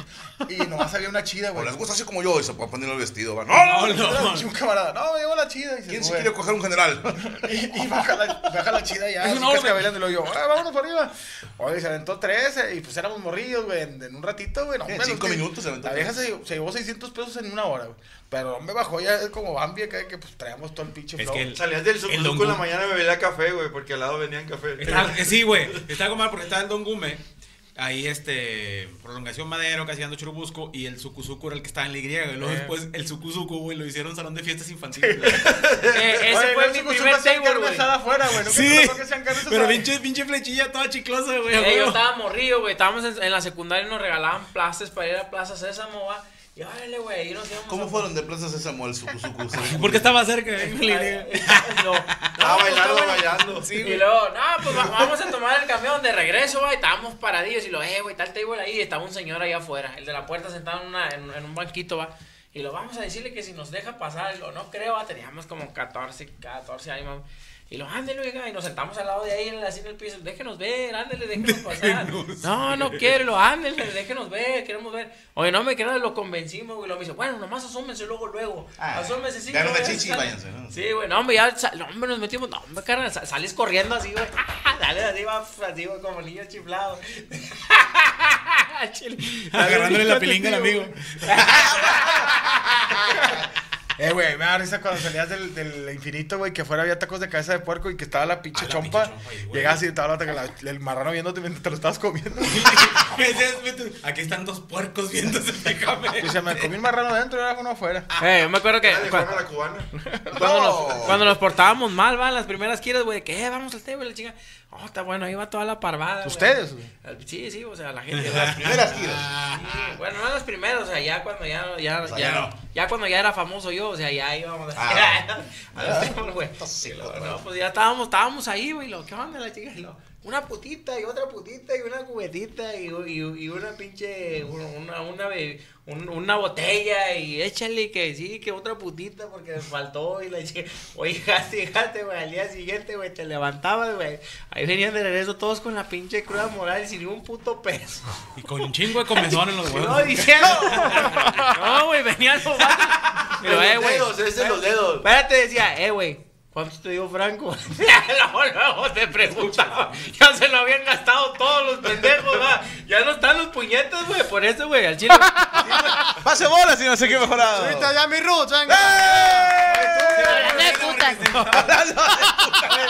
G: Y nomás había una chida,
D: O
G: güey.
D: les gusta así como yo y se puede poner el vestido. va. No, no, no.
G: Era Un camarada, no, llevo la chida. Y se
D: ¿Quién se
G: sube.
D: quiere coger un general?
G: Y, y baja, la, baja la chida ya.
F: Es
G: Es
F: una
G: una
F: orden.
G: bailando y luego yo, "Ah, vámonos para arriba. Oye, se aventó tres eh, y pues éramos morrillos, güey, en, en un ratito, güey. No,
D: Sí, en
G: hombre,
D: cinco
G: los que-
D: minutos se aventó
G: La
D: tres.
G: vieja se, llevó- se llevó 600 pesos en una hora, güey. Pero me bajó ya es como Bambi acá, que pues traíamos todo el pinche
F: Es
G: flow.
F: que el-
H: Salías del
F: El Don
H: Soconuco en la
F: Gume.
H: mañana me bebía café, güey, porque al lado vendían café.
F: Está- eh, sí, güey. Está algo mal porque estaba en Don Gume. Ahí, este, prolongación Madero, casi dando Churubusco. Y el Sucuzuco era el que estaba en la Y. güey. Luego después, el Sucuzuco, güey, lo hicieron salón de fiestas infantiles. güey.
C: Eh, ese
G: Oye,
C: fue
G: no,
C: mi
G: su- su-
C: primer
G: su- carne
C: table, güey.
G: asada afuera, güey. Nunca
F: Sí,
G: te tocó que sean carnes
F: pero
G: asadas.
F: pinche, pinche flechilla toda chiclosa, güey.
C: Eh, yo
F: güey.
C: estaba morrido, güey. Estábamos en, en la secundaria y nos regalaban plazas para ir a Plaza Sésamo, va. Y órale, güey, ahí nos íbamos.
D: ¿Cómo
C: a-
D: fueron de Plaza Sésamo al Sucuzucu?
F: Porque estaba cerca, eh.
C: Ay,
F: güey.
C: no. No,
H: Ah, bailando,
C: pues, está bueno.
H: bailando.
C: y luego, no, pues va- vamos a tomar el camión de regreso, güey. Estábamos paradillos y lo, eh, güey, tal table ahí. Y estaba un señor allá afuera, el de la puerta sentado en, una- en, en un banquito, va. Y lo vamos a decirle que si nos deja pasar, lo no creo, va. Teníamos como 14, 14 años, mami. Y lo, ándale, oiga, y nos sentamos al lado de ahí, en el- así en el piso, déjenos ver, ándele, déjenos pasar. No, no quiero, y lo, ándele, déjenos ver, queremos ver. Oye, no me creas, lo convencimos, güey, lo me dice, bueno, nomás asómense luego, luego.
D: Ah,
C: asómense cinco
D: dan una
C: veces,
D: chichi y
C: salen".
D: váyanse, ¿no?
C: Sí, güey, no, hombre, ya, sal- no, hombre, nos metimos, no, hombre, carnal, sa- salís corriendo así, güey, ah, dale, así, va, así, güey, como niño chiflado. Chile.
F: Agarrándole la pilinga al amigo.
G: Eh, güey, me da risa cuando salías del, del infinito, güey, que afuera había tacos de cabeza de puerco y que estaba la pinche
F: Ah, la
G: chompa.
F: pinche chompa, y, güey.
G: Llegabas y estaba la, la- el marrano viéndote mientras te lo estabas comiendo.
F: Aquí están dos puercos viéndose, fíjame.
G: Y se me comí un marrano adentro y ahora uno afuera.
C: Eh, yo me acuerdo que
H: Ah, de Juana
C: cua-
H: la cubana.
C: cuando,
D: No.
C: nos, cuando nos portábamos mal, va, las primeras quieras, güey, de que, eh, vamos al table, la chinga, oh, está bueno, ahí va toda la parvada.
E: Ah,
C: güey.
G: Ustedes, güey.
C: Sí, sí, o sea, la gente, las
D: Primeras giras.
C: Sí, bueno, no los primeros, o sea, ya cuando ya, ya,
D: sea,
C: ya,
D: ya no.
C: ya cuando ya era famoso yo, o sea, ya íbamos a,
D: Ah.
C: a los temas, güey. Y luego, no, pues ya estábamos, estábamos ahí, güey, lo, ¿qué onda la chica? Y lo, una putita y otra putita y una cubetita y, y- y una pinche, una, una, una, be- un- una botella y échale que sí, que otra putita porque faltó y la chica, oye, jate, jate, güey, al día siguiente, güey, te levantabas, güey, ahí venían de regreso todos con la pinche cruda moral y sin ni un puto peso.
F: Y con un chingo de comezón en los
C: No,
F: huevos.
C: diciendo. No, güey, venían los vatos. Pero, eh, güey.
H: dedos, es de los dedos.
C: Espérate, decía, eh, güey. ¿Cuánto te dio Franco? luego, luego te preguntaba. Ya se lo habían gastado todos los pendejos, ¿verdad? Ya no están los puñetes, güey. Por eso, güey, al chile.
D: Pase bolas y no sé qué mejorado.
E: Ahorita ya mi Ruth,
I: ¡Eh! Hablando de putas.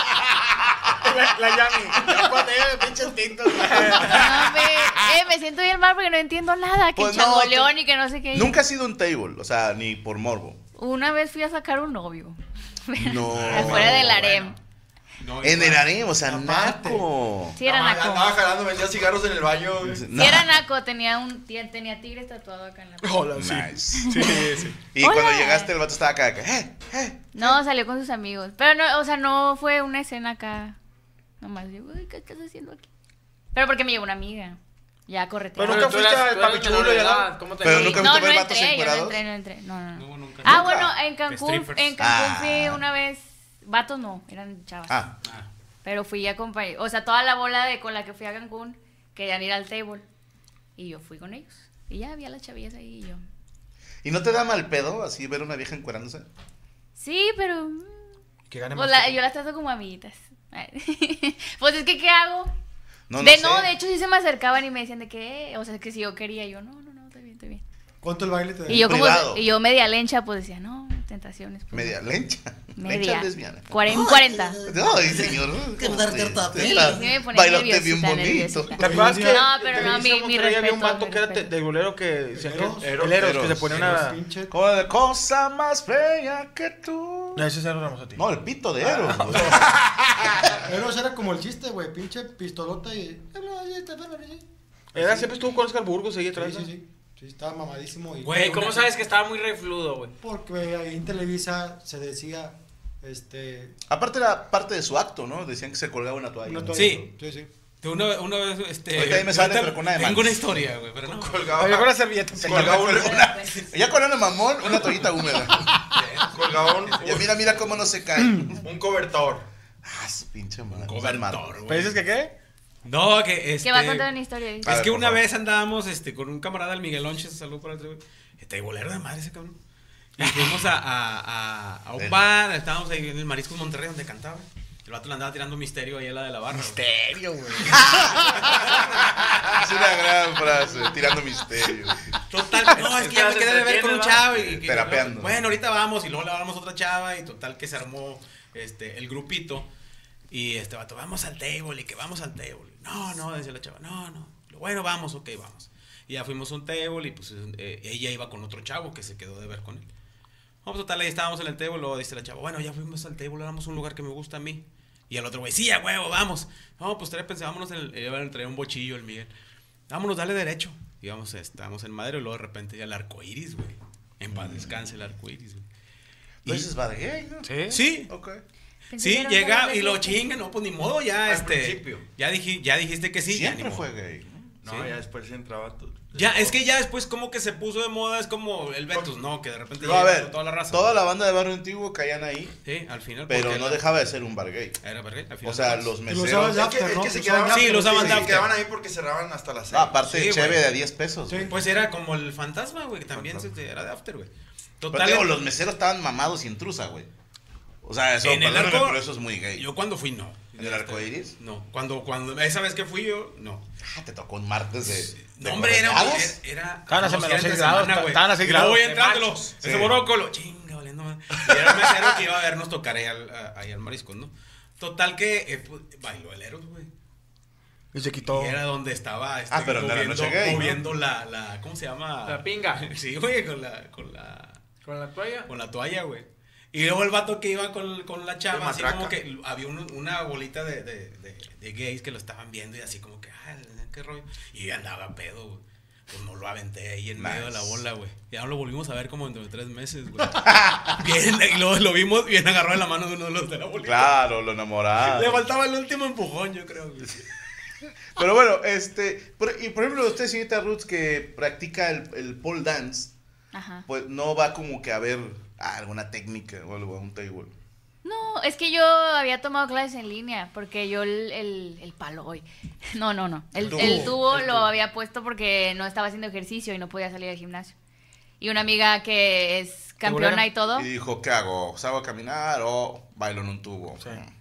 G: La, la Yami. La cuando ella me pinche tintos.
I: No, hombre. Eh, me siento bien mal porque no entiendo nada. Que
D: Pues no,
I: changoleón
D: tú-
I: y que no sé qué.
D: Nunca ha sido un table, o sea, ni por morbo.
I: Una vez fui a sacar un novio.
D: No.
I: Afuera del harem.
D: En el harem, o sea, naco.
I: Sí, era
H: Ah,
I: naco.
H: Andaba jalando, vendía cigarros en el baño, güey.
I: Sí, era naco. Tenía un ti- tenía tigre tatuado acá en la
F: Hola,
D: Nice.
F: Sí, sí.
D: Y
I: Hola.
D: cuando llegaste, el vato estaba acá, acá, eh, eh.
I: No, salió con sus amigos. Pero no, o sea, no fue una escena acá. Nomás digo, "Ay, ¿qué estás haciendo aquí? Pero porque me llegó una amiga. Ya correteaba.
G: Pero nunca
C: tú
G: fuiste
C: eras-
G: al
C: tú eras
G: papichulo
C: menor de
G: y al-
C: edad, ¿Cómo te
D: Pero
I: Sí,
D: nunca
I: no,
D: viste
I: no
D: ver vatos
I: entré, yo no
D: encuerados.
I: entré, no entré. No, no, no.
F: No, nunca.
I: Ah,
F: Nunca.
I: bueno, en Cancún,
F: Strippers.
I: en Cancún
D: Ah.
I: fui una vez. Vatos no, eran chavas.
D: Ah,
I: Pero fui acompañada. O sea, toda la bola de con la que fui a Cancún querían ir al table. Y yo fui con ellos. Y ya había las chavillas ahí y yo.
D: ¿y no te da mal pedo así ver una vieja encuerándose?
I: Sí, pero. mm,
G: Que gane
I: pues
G: más.
I: la- yo las trato como amiguitas. pues es que, ¿qué hago?
D: No, no
I: de
D: sé.
I: no, de hecho sí se me acercaban y me decían de que, o sea, que si yo quería, yo, no, no, no, está bien, está bien.
E: ¿Cuánto el baile te da?
I: Y yo como,
D: privado.
I: y yo media lencha, pues decía, no, tentaciones. pues,
D: Media lencha.
I: Media.
D: Lencha lesbiana.
I: 40. 40.
D: Ay, señor. ¿cómo te-
I: Sí, sí me ponía
D: Bailaste bien
I: nerviosita,
D: bonito.
I: nerviosita.
G: ¿Te acuerdas que
I: No, pero no,
G: en
I: mi- mi
G: Monterrey había un
I: respeto,
G: vato
I: mi
G: que era
I: respeto.
G: de bolero que decía que
E: Eros.
G: el Eros, que se ponía
E: Los
G: una.
E: pinche-
D: Como la cosa más fea que tú.
G: No, ese es Eros Ramazzotti.
D: No, el pito de pues. Ero.
E: Eros era como el chiste, güey. Pinche pistolota y.
G: Era siempre estuvo con Oscar Burgos ahí atrás.
E: Sí, sí, sí. Sí, estaba mamadísimo. Y
C: Güey, ¿cómo
E: una-
C: sabes que estaba muy refludo, güey?
E: Porque ahí en Televisa se decía, este...
D: Aparte era parte de su acto, ¿no? Decían que se colgaba una toalla.
E: una
D: ¿no?
E: toalla.
F: Sí.
E: Sí, sí.
F: Tú Una, una vez, este.
D: Ahorita ahí me sale,
F: ahorita
D: pero con una de
F: Tengo
D: manos.
F: una historia, güey, pero no.
H: Colgaba,
G: Oye, con la servilleta.
D: Se colgaba un una- Ya colgando mamón, una toallita húmeda.
H: colgaba un,
D: Y mira, mira cómo no se
I: Mm.
D: cae.
H: un cobertor.
D: Ah, su pinche madre.
F: Cobertor,
G: ¿Pero
F: güey.
G: dices que qué?
F: No, que este.
I: Que va a contar una historia. dice.
D: Pues A
F: Es
D: ver,
F: que
D: por
F: una
D: favor.
F: vez andábamos este, con un camarada, el Miguel Onches, saludo para el tribu. Está igualero de madre ese cabrón. Y fuimos a, a, a, a un
D: El-
F: bar, estábamos ahí en el Mariscos Monterrey donde cantaba. El vato le andaba tirando misterio ahí a la de la barra. güey.
G: Misterio, güey.
D: Es una gran frase, tirando misterio.
F: Total, no, es que ya me quedé de ver con un chavo y. que-
D: Terapeando.
F: Bueno, ahorita vamos y luego le hablamos a otra chava y total que se armó este, el grupito. Y este vato, vamos al table y que vamos al table. No, no, decía la chava, no, no. Lo Bueno, vamos, ok, vamos. Y ya fuimos a un table y pues eh, ella iba con otro chavo que se quedó de ver con él. No, pues total, ahí estábamos en el table, luego dice la chava, bueno, ya fuimos al table, éramos un lugar que me gusta a mí. Y el otro güey, sí, a huevo, vamos. No, pues tres pensábamos en el, iban a traer un bochillo el Miguel. Vámonos, dale derecho. Y vamos, estábamos en madre, y luego de repente ya el arco iris, güey. En paz descanse el arco iris, güey. Y-
D: Lo dices Badeguer, ¿no?
F: ¿Sí? Sí,
D: Ok.
I: Pensé que era un
F: llega
I: color
F: y
I: de
F: lo
I: fiesta.
F: chinga, no, pues ni modo, ya
H: Al
F: este.
H: principio.
F: Ya, dije, ya dijiste que sí. ya
D: Siempre
F: ni modo.
D: fue gay. ¿no?
H: No,
F: Sí.
H: ya después entraba tú.
F: Ya, es que ya después como que se puso de moda, es como el Betus, ¿no? Que de repente
D: No, a
F: llega
D: ver,
F: toda la raza.
D: banda de barrio antiguo caían ahí,
F: Sí, al final.
D: pero
F: porque
D: no
F: la-
D: dejaba de ser un bar gay.
F: Era verga, al final.
D: O sea,
F: pues,
D: los
E: Y los sábados
D: meseros.
E: de
H: Es que-
E: after,
H: es
E: ¿no?
H: que se
E: Los sábados
H: quedaban-
E: de
F: Sí, los
E: after,
F: sábados de
H: Se
F: after.
H: quedaban ahí porque cerraban hasta las
D: Ah,
H: seis.
D: aparte
F: Sí,
D: de cheve
F: güey.
D: de 10 pesos.
E: Sí.
D: güey.
F: Pues era como el fantasma, güey, que también se, era de after, güey.
D: Pero
F: Total.
D: te digo, los meseros estaban mamados y intrusa, güey. O sea, eso,
F: En el
D: perdóname,
F: arco-
D: pero eso es muy gay.
F: Yo cuando fui, no.
D: ¿En el arco iris?
F: No. Cuando, cuando, esa vez que fui yo, no.
D: Ah, te tocó un martes de.
F: No,
D: de
F: hombre, era.
D: colegiados.
F: era
G: Estaban a
F: como
G: seis
F: siete
G: grados,
F: semana,
G: estaban-
F: güey.
G: estaban a seis
F: Y luego
G: grados.
F: voy entrándolo.
G: Sí.
F: Ese borócolo, chinga, valiendo madre. Y era el mesero que iba a vernos tocar ahí al, a- ahí al marisco, ¿no? Total que eh, pues, bailó el Eros, güey.
G: Y se quitó.
F: Y era donde estaba. este,
D: Ah, pero era la
F: moviendo,
D: noche gay, ¿no?
F: moviendo la, la. ¿Cómo se llama?
C: La pinga.
F: Sí, güey, con la. Con la
C: ¿Con la toalla?
F: con la toalla, güey. Y luego el vato que iba con, con la
H: De
F: chava, así
H: matraca.
F: como que había un- una bolita de, de, de, de gays que lo estaban viendo y así como que, ah, qué rollo. Y yo andaba pedo, güey. Pues no lo aventé ahí en medio de la bola, güey. Ya no lo volvimos a ver como dentro de tres meses, güey. bien, y lo, lo vimos bien agarró de la mano de uno de los de la bolita.
D: Claro, lo enamoraba.
F: Le faltaba el último empujón, yo creo, güey.
D: Pero bueno, este. por- y por ejemplo, usted, señorita Roots, que practica el, el pole dance,
I: Ajá.
D: pues no va como que a ver ah, alguna técnica o algo a un table.
I: No, es que yo había tomado clases en línea porque yo el, el, el palo hoy. No, no, no. El, el
D: El
I: tubo,
D: tubo,
I: lo había puesto porque no estaba haciendo ejercicio y no podía salir al gimnasio. Y una amiga que es campeona y todo.
D: Y dijo, ¿qué hago? ¿Salgo a caminar o bailo en un tubo?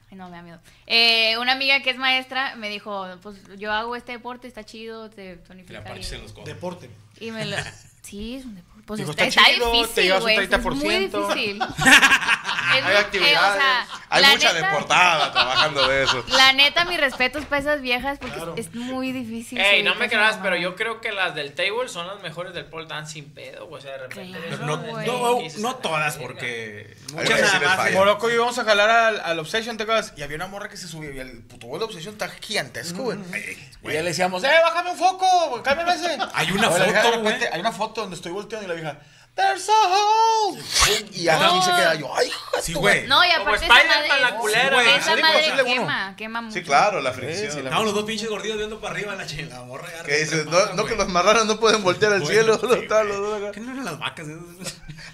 I: Ay, no, me da miedo. Eh, una amiga que es maestra me dijo, pues yo hago este deporte, está chido, te
F: Y la
I: tonifica.
F: parche se
I: Y,
F: los codos.
E: Deporte.
I: y me lo... Sí, es un deporte. Pues
G: Dijo,
I: está,
G: "Está
I: está
G: chido, te
I: difícil,
G: llevas un
I: güey. Es muy
G: 30%.
I: difícil. Eh,
H: Hay actividades.
D: Hay mucha deportada trabajando de eso.
I: La neta, mis respetos para esas viejas porque es es muy difícil.
C: Ey,
I: subirte
C: no
I: a
C: me
I: esa
C: creas,
I: mamada.
C: pero yo creo que las del table son las mejores del pole dance sin pedo, güey. O sea, de repente.
I: Claro,
F: Pero
C: eso
F: no,
C: de-
I: güey.
F: no,
C: dices,
F: no
C: "A la
F: todas,
C: verga".
F: porque
D: Ahí voy a
F: muchas nada
D: decirles
F: más.
D: falla.
F: eh,
G: Moroco y íbamos a jalar al, al Obsession, ¿te acuerdas? Y había una morra que se subió y el puto gol de Obsession está gigantesco, güey. Mm. Y le decíamos, eh, bájame un foco, güey, cámbiame ese.
F: Hay una
G: Ahora, la vieja,
F: foto,
G: de repente,
F: güey.
G: Hay una foto donde estoy volteando y la vieja, there's a hole. Y aquí se queda yo, ay, hijo de
F: Sí,
G: tu
F: güey.
I: No, y
C: Como
I: aparte esa
C: Spider-Man,
I: madre.
C: la culera,
F: güey.
I: esa
G: Sí,
I: madre
G: posible uno.
I: quema, quema mucho.
D: Sí, claro, la fricción.
G: Sí, sí, la-
F: Estábamos los dos pinches gorditos viendo para arriba la chingada, la morra. ya
D: Que dices,
F: trepada,
D: no, no que
F: güey.
D: los marranos no pueden voltear al
F: Bueno,
D: cielo.
F: sí,
D: los tablos,
F: güey.
D: ¿no?
F: ¿Qué no eran las vacas?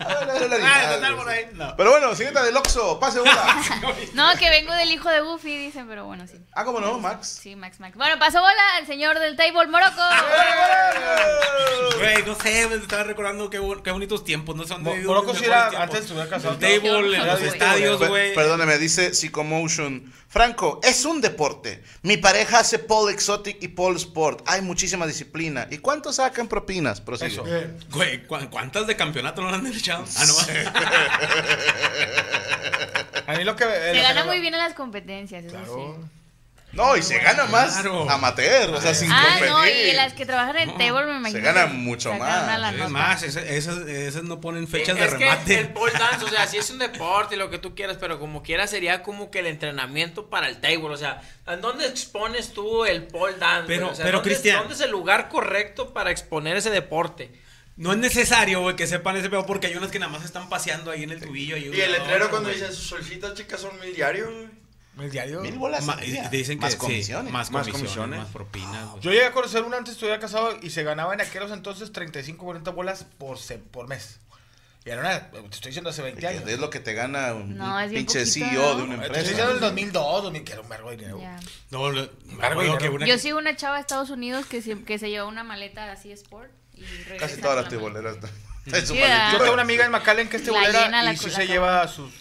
D: Ah, no, no, no,
F: Ah,
D: no,
F: total,
D: no,
F: por
D: no.
F: ahí, no.
D: Pero bueno, señorita del Oxxo, pase una.
I: No, que vengo del hijo de Goofy, dicen, pero bueno, sí.
D: Ah, ¿cómo no, Max?
I: Sí, Max, Max. Bueno, pasó bola al señor del table moroco.
F: Güey, no sé, me estaba recordando qué, bon- qué bonitos tiempos, no sé dónde
G: Mo-
F: vivo,
G: Morocco
F: mis
G: sí era
F: mejores tiempos.
G: antes de estuviera casado.
F: El table,
I: Era
F: en los
I: de-
F: estadios,
D: Per-
F: güey.
D: Perdóneme, dice Psychomotion. Franco, es un deporte. Mi pareja hace pole exotic y pole sport. Hay muchísima disciplina. ¿Y cuánto sacan propinas? Prosigue.
G: Eso.
E: Bien.
F: Güey, ¿cu- ¿cuántas de campeonato no le han echado? Ah, no.
G: A mí lo que.
I: Se gana muy bien en las competencias, eso sí.
D: No, y se gana más
F: Claro.
D: amateur, o sea, sin
I: Ah,
D: competir.
I: no, y las que trabajan en
F: No,
I: table, me imagino.
D: gana
I: que
D: mucho
I: sacan
D: más.
I: una la
F: Es
I: nota.
F: más, esas, esas- esas no ponen fechas de
C: es
F: remate.
C: Que el pole dance, o sea, sí es un deporte y lo que tú quieras, pero como quieras sería como que el entrenamiento para el table, o sea, ¿en dónde expones tú el pole dance? güey?
F: Pero-
C: O sea,
F: pero,
C: ¿dónde es-
F: Cristian.
C: ¿Dónde es el lugar correcto para exponer ese deporte?
F: No es necesario, güey, que sepan ese pedo porque hay unas que nada más están paseando ahí en el tubillo. ahí
H: Y
F: uno,
H: el letrero
F: otro,
H: cuando
F: güey.
H: dice sus solcitas chicas son mil diarios, güey.
F: El diario.
D: Mil bolas
F: Ma-
D: al día.
F: y dicen que
D: Más
F: sí,
D: comisiones.
F: más
H: Más
F: comisiones,
H: comisiones.
F: más propinas. güey.
G: Yo llegué a conocer una antes, estuviera casado y se ganaba en aquellos entonces 35, 40 bolas por, se- por mes. Y era una, te estoy diciendo hace 20 años.
D: Es lo que te gana un
I: No, es bien
D: pinche
I: poquito,
D: CEO
I: ¿no?
D: de una
G: Te estoy diciendo en el
D: empresa.
G: 2002, 2000, que era un vergo de dinero.
I: Ya.
F: No, lo- me
G: Claro,
F: acuerdo
G: güey,
F: que una-
I: Yo sigo una chava de Estados Unidos que se, que se llevó una maleta así sport. Y regresa
D: Casi todas
I: con
D: las
I: la maleta.
D: tiboleras. en su
I: Sí,
D: maletín.
I: ah.
G: Yo tengo una amiga en McAllen que es
I: La llena
G: tebolera
I: la
G: y sí
I: cu-
G: se
I: la
G: lleva sus...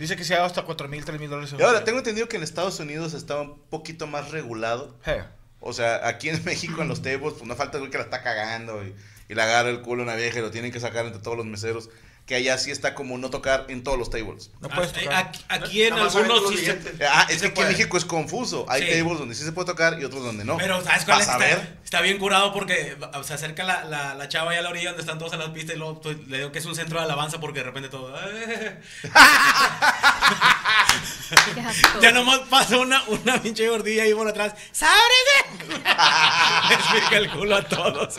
G: Dice que se lleva hasta 4 mil, 3 mil dólares.
D: Y ahora,
F: Ah,
D: tengo entendido que en Estados Unidos estaba un poquito más regulado.
G: Hey.
D: O sea, aquí en México, en los tables, pues no falta el güey que la está cagando y, y le agarra el culo a una vieja y lo tienen que sacar entre todos los meseros. Que allá sí está como no tocar en todos los tables.
G: No
F: Ah,
G: puedes
F: eh,
G: tocar.
F: Aquí, aquí en
H: Nada más abre
F: algunos
H: todos
F: sí
H: los
F: se-
H: dientes.
D: Ah,
F: Sí
D: es
F: se
D: que aquí en
F: puede.
D: México es confuso. Hay
F: Sí.
D: tables donde sí se puede tocar y otros donde no.
F: Pero ¿sabes cuál es?
D: Vas a ver.
F: Está, está bien curado porque va- se acerca la, la, la chava ahí a la orilla donde están todos en las pistas y luego pues, le digo que es un centro de alabanza porque de repente todo... "Ah".
I: Qué asco.
F: Ya nomás pasa una, una pinche gordilla ahí por atrás. ¡Sábrese! Les pica el culo a todos.